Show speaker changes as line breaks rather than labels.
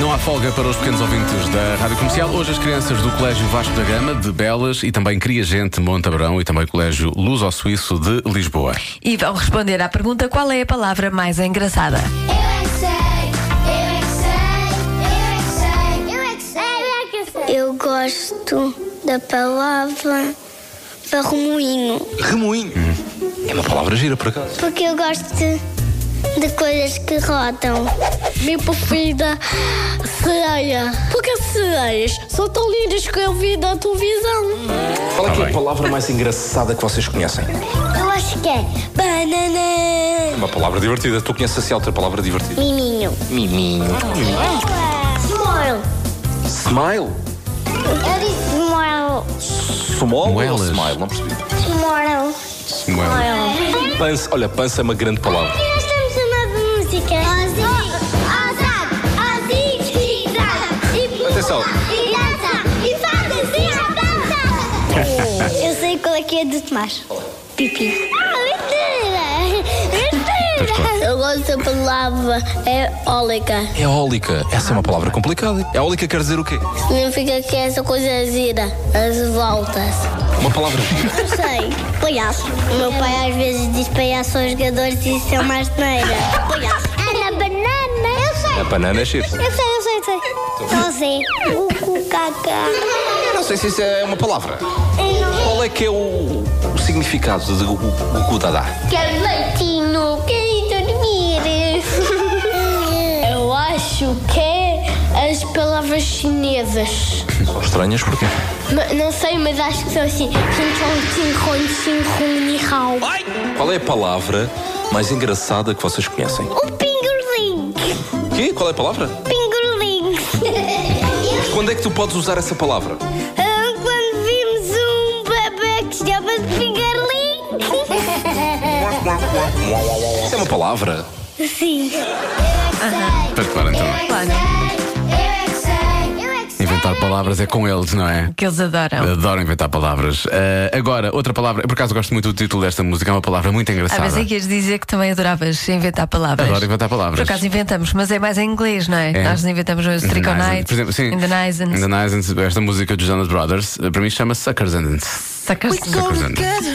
Não há folga para os pequenos ouvintes da Rádio Comercial. Hoje as crianças do Colégio Vasco da Gama, de Belas, e também Criagente Montabrão e também Colégio Luz ao Suíço de Lisboa.
E vão responder à pergunta qual é a palavra mais engraçada.
Eu é que sei, eu é que sei, eu é que sei, eu é que sei, eu é que sei.
Eu gosto da palavra remoinho,
Remoinho. É uma palavra gira, por acaso.
porque eu gosto de, de coisas que rodam. Minha preferida sereia, porque as sereias são tão lindas que eu vi na televisão.
Qual é, que é
bem.
a palavra mais engraçada que vocês conhecem?
Eu acho que é banana.
Uma palavra divertida. Tu conheces assim outra palavra divertida?
Miminho.
Miminho.
Hum. Smile.
Smile.
Eu disse smile.
Sumol ou
Moelas.
smile? Não percebi.
Smile.
Moela.
Pança. Olha, pança é uma grande palavra.
Nós estamos a de música.
Atenção.
Eu sei qual é que é de Tomás. Pipi. Ah, Eu gosto da palavra é eólica.
Eólica. Essa é uma palavra complicada. Eólica quer dizer o quê?
Significa que essa coisa gira, as voltas.
Uma palavra gira.
Eu sei, palhaço. O meu pai às vezes diz palhaço aos jogadores e isso é uma asneira. Palhaço. Ana Banana. Eu sei.
A banana é gira.
Eu sei, eu sei, eu sei. Eu sei. Cucu, cacá.
Eu não sei se isso é uma palavra. Qual é que é o, o significado de Gugu Gugu Dadá?
Quero leitinho, quero ir dormir. Eu acho que é as palavras chinesas.
São estranhas porque...
Ma- Não sei, mas acho que são assim. um
Qual é a palavra mais engraçada que vocês conhecem?
O pingolim.
Quê? Qual é a palavra?
Pingolim.
Quando é que tu podes usar essa palavra?
Quando vimos um bebê que se chama pingolim.
Isso é uma palavra?
Sim. é
Portanto, claro, então. Inventar palavras é com eles, não é?
Que eles adoram.
Adoro inventar palavras. Ah, agora, outra palavra, eu por acaso gosto muito do título desta música, é uma palavra muito
Ah, mas
engraçada.
é que ias dizer que também adoravas inventar palavras.
Adoro inventar palavras.
Por acaso inventamos, mas é mais em inglês, não é?
É.
Nós inventamos os Triconites,
Por exemplo, sim.
In the Nisons,
ah, In the Nisons, esta música dos Jonas Brothers, eh, para mim chama Suckers and
Suckers.
Suckers and